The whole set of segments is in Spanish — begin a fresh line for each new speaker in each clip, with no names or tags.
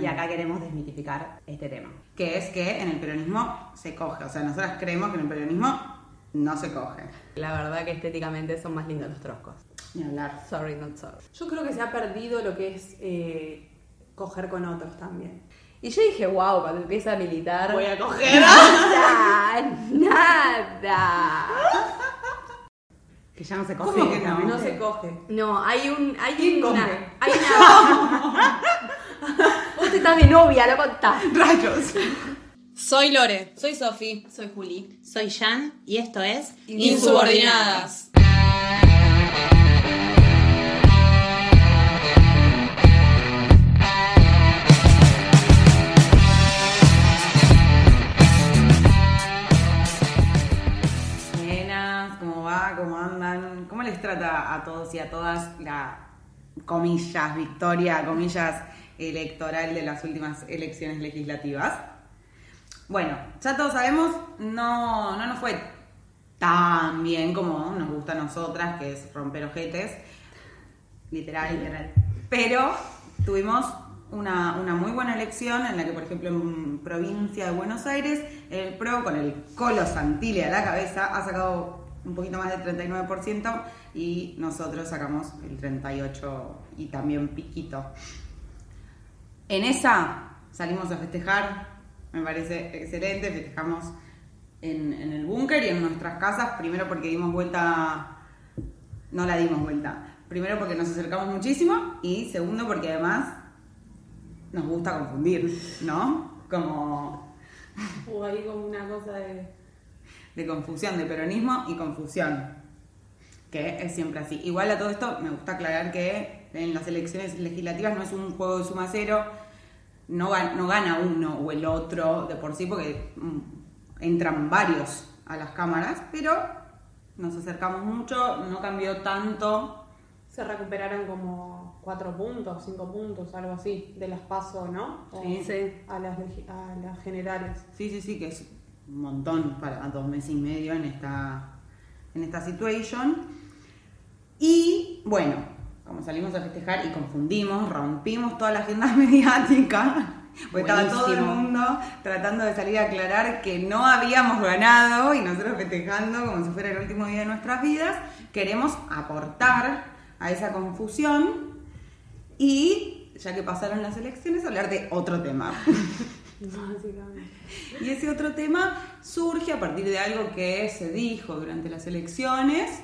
y acá queremos desmitificar este tema, que es que en el peronismo se coge, o sea, nosotras creemos que en el peronismo no se coge.
La verdad que estéticamente son más lindos los troscos.
Ni hablar.
Sorry, not sorry.
Yo creo que se ha perdido lo que es eh, coger con otros también.
Y yo dije, wow, cuando empieza a militar.
Voy a coger.
Nada, nada.
Que ya no se coge.
¿Cómo que no? No se coge.
No, hay un. Hay
¿Quién
una.
come?
Hay una. Vos estás de novia, lo contás.
Rayos.
Soy Lore. Soy Sofi.
Soy Juli.
Soy Jan y esto es
Insubordinadas.
Nenas, ¿cómo va? ¿Cómo andan? ¿Cómo les trata a todos y a todas la, comillas, victoria, comillas, electoral de las últimas elecciones legislativas? Bueno, ya todos sabemos, no, no nos fue tan bien como nos gusta a nosotras, que es romper ojetes, literal, literal. Pero tuvimos una, una muy buena elección en la que, por ejemplo, en provincia de Buenos Aires, el PRO con el Colo Santilli a la cabeza ha sacado un poquito más del 39% y nosotros sacamos el 38% y también piquito. En esa salimos a festejar, me parece excelente, festejamos en, en el búnker y en nuestras casas, primero porque dimos vuelta, no la dimos vuelta, primero porque nos acercamos muchísimo y segundo porque además nos gusta confundir, ¿no? Como
Hubo ahí como una cosa de.
de confusión, de peronismo y confusión, que es siempre así. Igual a todo esto me gusta aclarar que en las elecciones legislativas no es un juego de suma cero, no, ga- no gana uno o el otro de por sí, porque mm, entran varios a las cámaras, pero nos acercamos mucho, no cambió tanto.
Se recuperaron como cuatro puntos, cinco puntos, algo así, de las PASO, ¿no? O
Sí.
Sí.
A las, legi- a las generales.
Sí, sí, sí, que es un montón para dos meses y medio en esta, en esta situación. Y bueno, como salimos a festejar y confundimos, rompimos toda la agenda mediática, porque estaba todo el
Buenísimo.
mundo tratando de salir a aclarar que no habíamos ganado y nosotros festejando como si fuera el último día de nuestras vidas, queremos aportar a esa confusión y, ya que pasaron las elecciones, hablar de otro tema.
Básicamente.
Y ese otro tema surge a partir de algo que se dijo durante las elecciones.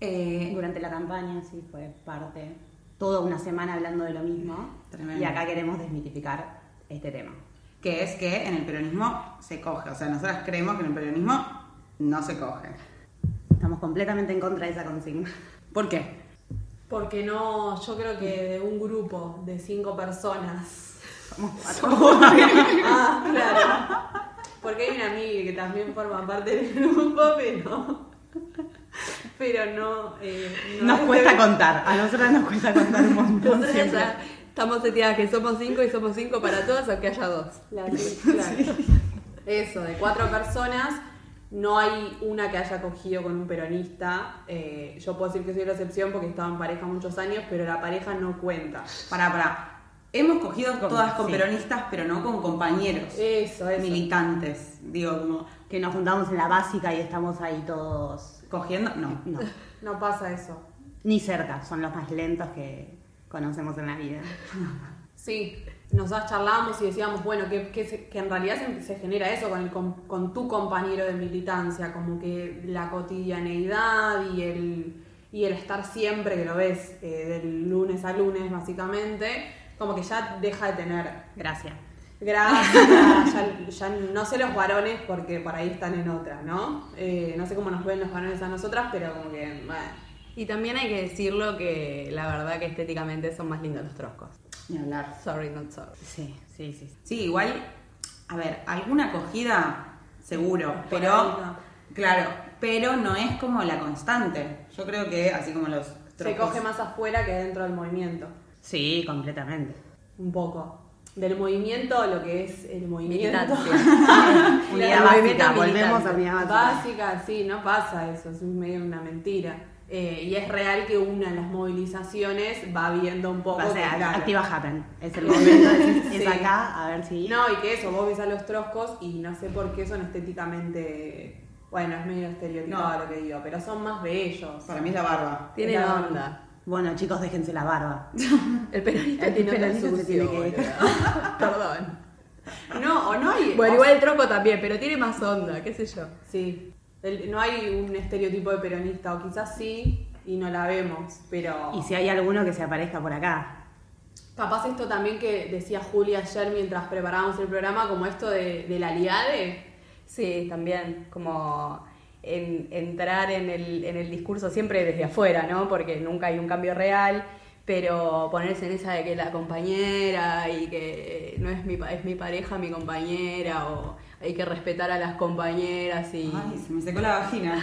eh,
Durante la campaña, sí, fue parte. Toda una semana hablando de lo mismo.
Tremendo.
Y acá queremos desmitificar este tema.
que es que en el peronismo se coge. O sea, nosotras creemos que en el peronismo no se coge.
Estamos completamente en contra de esa consigna.
¿Por qué?
Porque no, yo creo que de un grupo de cinco personas. Ah, claro. Porque hay una amiga que también forma parte del grupo, pero. Pero no. eh, no
Nos
es-
cuesta contar. A nosotras nos cuesta contar un montón.
Nosotras
siempre.
ya estamos seteadas que somos cinco y somos cinco para todas, aunque haya dos.
La- claro. Eso, de cuatro personas, no hay una que haya cogido con un peronista. Eh, yo puedo decir que soy la excepción porque estaba en pareja muchos años, pero la pareja no cuenta.
Pará, pará. Hemos cogido todas con
sí.
peronistas, pero no con compañeros
Eso, eso.
militantes. Digo, como
Que nos juntamos en la básica y estamos ahí todos.
cogiendo. No.
No,
No pasa eso.
ni cerca. Son los más lentos que conocemos en la vida.
Sí, nosotros charlábamos y decíamos, bueno, que, que se- que en realidad se, se genera eso con, el com- con tu compañero de militancia, como que la cotidianeidad y el, y el estar siempre, que lo ves eh, del lunes a lunes básicamente, como que ya deja de tener
Gracias.
Gracias. ya, ya no sé los varones porque por ahí están en otra, ¿no? Eh, no sé cómo nos ven los varones a nosotras, pero como que, bueno.
Y también hay que decirlo que la verdad que estéticamente son más lindos los troscos.
Ni hablar.
Sorry, not sorry.
Sí, sí, sí.
Sí, igual, a ver, alguna acogida seguro, pero
ahí no.
claro, pero no es como la constante. Yo creo que así como los
Se
trocos-
coge más afuera que dentro del movimiento.
Sí, completamente.
Un poco. Del movimiento a lo que es el movimiento.
movimiento
Unidad básica, volvemos
militante.
a unidad básica.
Básica, sí, no pasa eso, es medio una mentira. Eh, y es real que una de las movilizaciones va viendo un poco.
O
que,
sea,
claro.
activa Happen. Es el momento. Es, es
Sí.
acá, a ver si.
No, y que eso, vos ves a los troscos y no sé por qué son estéticamente. Bueno, es medio estereotipado
No.
lo que digo, pero son más bellos.
Para mí es la barba.
Tiene
Era-
onda.
Bueno, chicos, déjense la barba.
El peronista
El
tiene onda
peronista se
sucio,
tiene que-
boludo. Perdón.
No, o no hay.
Bueno,
o
igual el tronco también, pero tiene más onda, qué sé yo.
Sí. El- no hay un estereotipo de peronista, o quizás sí, y no la vemos, pero.
Y si hay alguno que se aparezca por acá.
Capaz esto también que decía Julia ayer mientras preparábamos el programa, como esto de, de la liade.
Sí, también, como en- entrar en el, en el discurso siempre desde afuera, ¿no? Porque nunca hay un cambio real, pero ponerse en esa de que la compañera y que eh, no es mi, pa- es mi pareja, mi compañera, o hay que respetar a las compañeras y...
Ay, se me secó la vagina.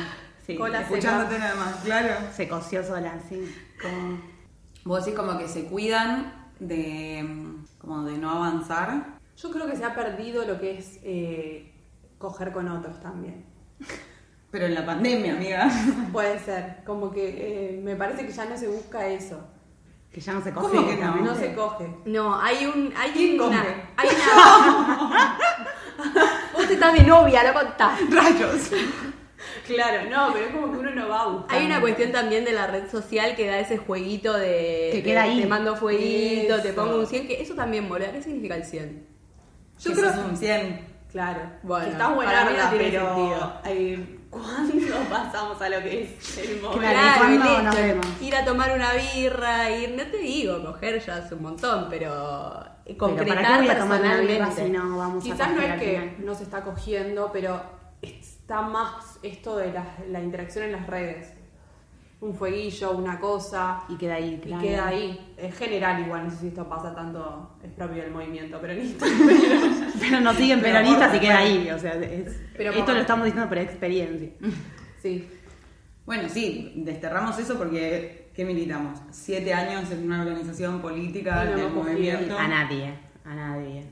Sí.
Cola seca.
Escuchándote nada más, claro.
Se coció sola, sí. Como-
Vos decís como que se cuidan de mm, como de no avanzar.
Yo creo que se ha perdido lo que es eh, coger con otros también.
Pero en la pandemia, amiga.
Puede ser, como que eh, me parece que ya no se busca eso.
Que ya no se
¿Cómo
coció.
que no?
No se coge.
No, hay un... Hay
¿Quién
una...
come?
Hay una... Vos estás de novia, no contás.
Rayos.
Claro, no, pero es como que uno no va a buscar.
Hay una cuestión también de la red social que da ese jueguito de.
Que
de-
queda ahí.
Te mando fueguito, te
Eso.
pongo un 100. Que eso también, boludo. ¿Qué significa el 100?
Yo creo que un 100.
Claro,
Bueno,
que está buena,
para mí no
onda,
tiene
pero
sentido.
eh, ¿cuándo pasamos a lo que es el móvil?
Claro, ¿y cuándo
el hecho,
nos vemos?
Ir a tomar una birra, ir. No te digo, coger ya es un montón, pero.
Pero
Concretar
¿para qué voy a tomar una
personalmente.
birra si no vamos a
Quizás no
coger
es
al
que
final?
no se está cogiendo, pero está más esto de la, la interacción en las redes. Un fueguillo, una cosa,
Y queda ahí,
y
claro.
queda ahí. Es general igual, no sé si esto pasa tanto, es propio del movimiento peronista.
Pero no siguen
Pero
peronistas
por-
y queda ahí. O sea, es-
Pero por-
esto lo estamos diciendo por experiencia.
sí,
Bueno, sí, desterramos eso porque ¿qué militamos? Siete años en una organización política
Y no
del
nos
movimiento.
A nadie, a nadie.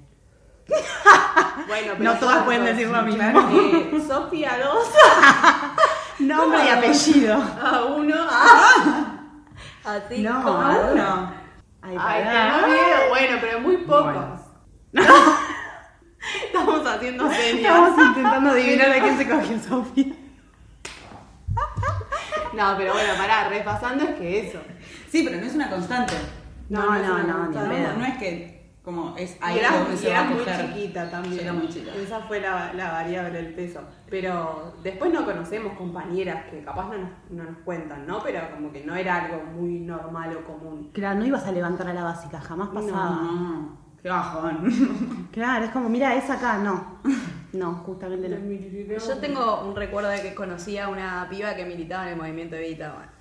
bueno, pero
No todas
tanto,
pueden decir lo
sí,
mismo.
claro.
Eh, Sofía 2
Nombre y apellido.
a 1
Así
No.
como.
Ah, bueno.
Ay,
Ay,
pará.
tengo miedo. Bueno, pero muy pocos.
Bueno.
Estamos haciendo señas.
Estamos intentando adivinar a quién se cogió Sofía.
No, pero bueno, pará, repasando es que eso.
Sí, pero no es una constante.
No,
No,
no,
no,
no,
no, ni
No,
en pedo.
no es que como es
Y
ahí
era,
donde
y
se
era
va a
muy
coger.
chiquita también.
Era muy chica.
Esa fue la, la variable del peso. Pero después no conocemos compañeras que capaz no nos, no nos cuentan, ¿no? Pero como que no era algo muy normal o común.
Claro, no ibas a levantar a la básica, jamás pasaba.
No, Ah, qué bajón.
Claro, es como, mira, es acá, no. No, justamente no.
Yo tengo un recuerdo de que conocí a una piba que militaba en el movimiento Evita. bueno.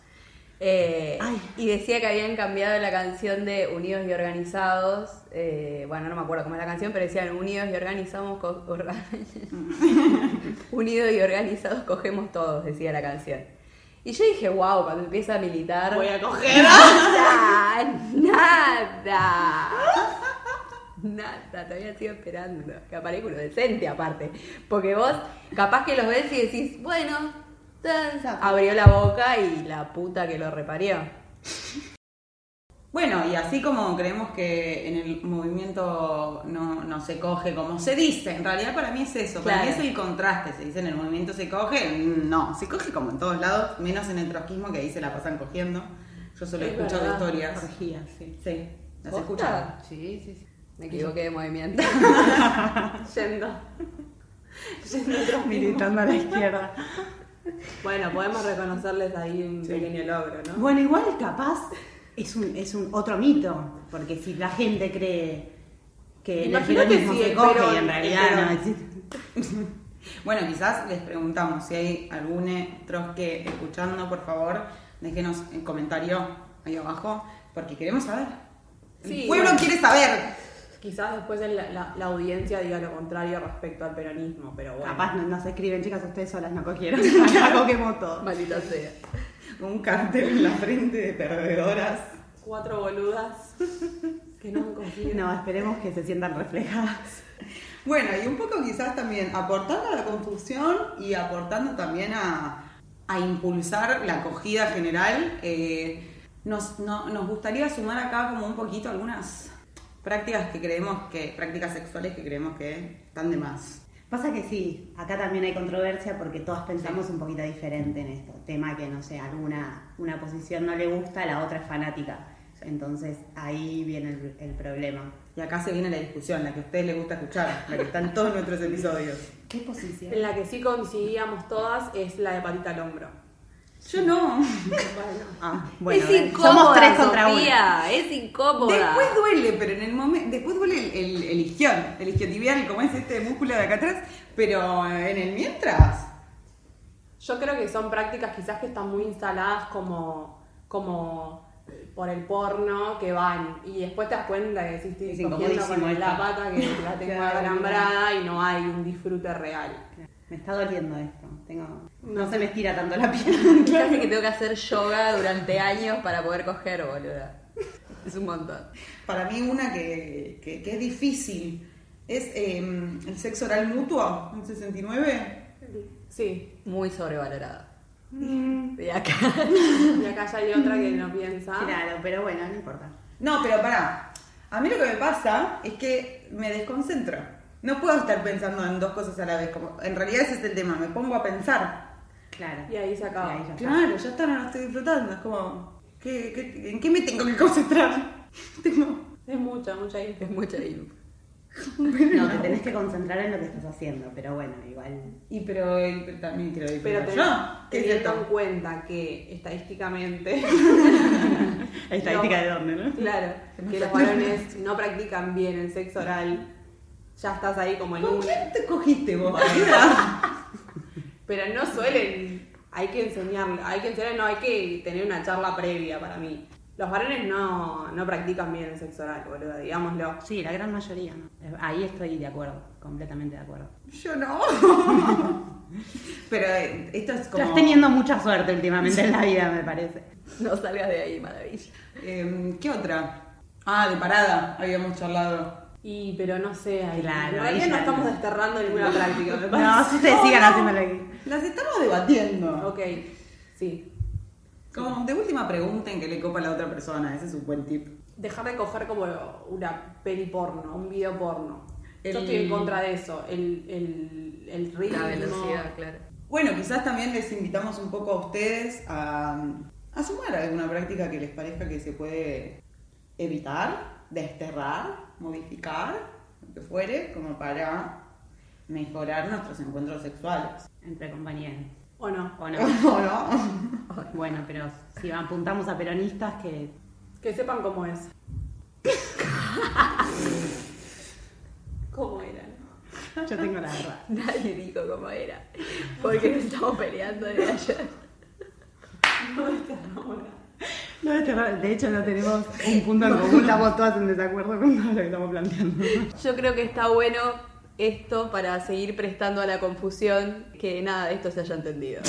Eh,
Ay.
y decía que habían cambiado la canción de Unidos y Organizados. eh, bueno, no me acuerdo cómo es la canción, pero decían Unidos y Organizamos. co- orga- Unidos y Organizados cogemos todos, decía la canción. Y yo dije, wow, cuando empieza a militar.
Voy a coger.
Nada, nada. Nada, todavía sigo esperando. Que aparezca uno decente aparte. Porque vos capaz que los ves y decís, bueno, ta- abrió la boca y la puta que lo reparió.
Bueno, y así como creemos que en el movimiento no, no se coge como se dice, en realidad para mí es eso, para mí
Claro.
es el contraste, se dice en el movimiento se coge, no, se coge como en todos lados, menos en el trotskismo que ahí se la pasan cogiendo. Yo solo
Es
escucho de
verdad.
historias.
Orgía, sí.
Sí, las
¿Posta?
escuchas.
Sí, sí, sí. Me equivoqué de movimiento.
Yendo. Yendo a otros mismos.
Militando a la izquierda.
Bueno, podemos reconocerles ahí un pequeño logro, ¿no?
Bueno, igual capaz es un, es un otro mito, porque si la gente cree que en el
Imagínate
peronismo
si
se
el
coge
perón-
y en
el
realidad no
perón.
existe.
Bueno, quizás les preguntamos si hay algún trosque escuchando, por favor, déjenos en comentario ahí abajo, porque queremos saber. El
Sí,
pueblo
bueno.
quiere saber.
Quizás después en la, la- la audiencia diga lo contrario respecto al peronismo, pero bueno.
Capaz no- nos escriben, chicas, ustedes solas no cogieron. Acá cogemos todo.
Maldita sea.
Un cartel en la frente de perdedoras.
Cuatro boludas que no han cogido.
No, esperemos que se sientan reflejadas.
Bueno, y un poco quizás también aportando a la confusión y aportando también a, a impulsar la acogida general. Eh, nos, no- nos gustaría sumar acá como un poquito algunas prácticas que creemos que, prácticas sexuales que creemos que están de más.
Pasa que sí, acá también hay controversia porque todas pensamos un poquito diferente en esto. Tema que, no sé, alguna una posición no le gusta, la otra es fanática. Entonces ahí viene el, el problema.
Y acá se viene la discusión, la que a ustedes les gusta escuchar, la que está en todos nuestros episodios.
¿Qué posición?
En la que sí coincidíamos todas es la de patita al hombro.
Yo no.
Bueno.
Ah, bueno.
es
dale.
incómoda,
somos tres contra
Sofía, Es incómoda.
Después duele, pero en el momento. Después duele el, el, el isquion, el isquiotibial, como es este músculo de acá atrás, pero en el mientras.
Yo creo que son prácticas quizás que están muy instaladas como, como eh, por el porno que van y después te das cuenta que sí, estoy
Es
cogiendo con
incomodísimo
la
esto.
pata que la tengo
Claro.
alambrada y no hay un disfrute real.
Me está doliendo esto. Tengo... No
No.
se me estira tanto la pierna.
Ya sé que tengo que hacer yoga durante años para poder coger, boluda. Es un montón.
Para mí, una que, que- que es difícil es eh, el sexo oral mutuo, en 69.
Sí,
Muy sobrevalorada.
Mm.
Y acá.
y acá ya hay otra que no piensa.
Claro, pero bueno, no importa.
No, pero pará. A mí lo que me pasa es que me desconcentro. No puedo estar pensando en dos cosas a la vez. Como, en realidad ese es el tema, me pongo a pensar.
Claro.
Y ahí se acaba.
Y ahí ya.
Claro, ya está, no lo estoy disfrutando. Es como, ¿qué- qué- en qué me tengo que concentrar? Tengo
Es mucha, mucha info.
Es mucha info.
No, te tenés que concentrar en lo que estás haciendo, pero bueno, igual.
Y pero él también creo que
Pero ten-
yo, ¿qué es
teniendo en
esto?
cuenta que estadísticamente,
Estadística
No.
de dónde, ¿no?
claro, que los varones no practican bien el sexo oral, ya estás ahí como en
¿Con
un...
quién te cogiste vos? querida?
Pero no suelen, hay que enseñar, hay que enseñar, no, hay que tener una charla previa para mí. Los varones no, no practican bien el sexo oral, boludo, digámoslo.
Sí, la gran mayoría, ¿no? Ahí estoy de acuerdo, completamente de acuerdo.
yo no. pero eh, esto es como...
Estás teniendo mucha suerte últimamente en la vida, me parece.
No salgas de ahí, maravilla.
Em, ¿Qué otra? Ah, de parada, habíamos charlado.
Y, pero no sé, hay-
Claro,
en realidad no
claro.
estamos desterrando ninguna práctica, me
No,
parece.
si ustedes
No,
sigan
no.
haciéndolo aquí.
Las estamos debatiendo.
Ok, sí.
Como de última pregunten que le copa a la otra persona, ese es un buen tip.
Dejar de coger como una peli porno, un video porno.
El-
Yo estoy en contra de eso, el, el, el ritmo.
La velocidad, claro.
Bueno, quizás también les invitamos un poco a ustedes a, a sumar alguna práctica que les parezca que se puede evitar, desterrar, modificar, lo que fuere, como para mejorar nuestros encuentros sexuales.
Entre compañeros.
¿O no?
O no.
¿O no?
Bueno, pero si apuntamos a peronistas, que.
Que sepan cómo es. ¿Cómo era? no?
Yo tengo la verdad.
Nadie dijo cómo era. Porque nos estamos peleando de ayer.
No, es terror. de hecho, no tenemos un punto en común. Estamos todas en desacuerdo con todo lo que estamos planteando.
Yo creo que está bueno esto para seguir prestando a la confusión que nada de esto se haya entendido.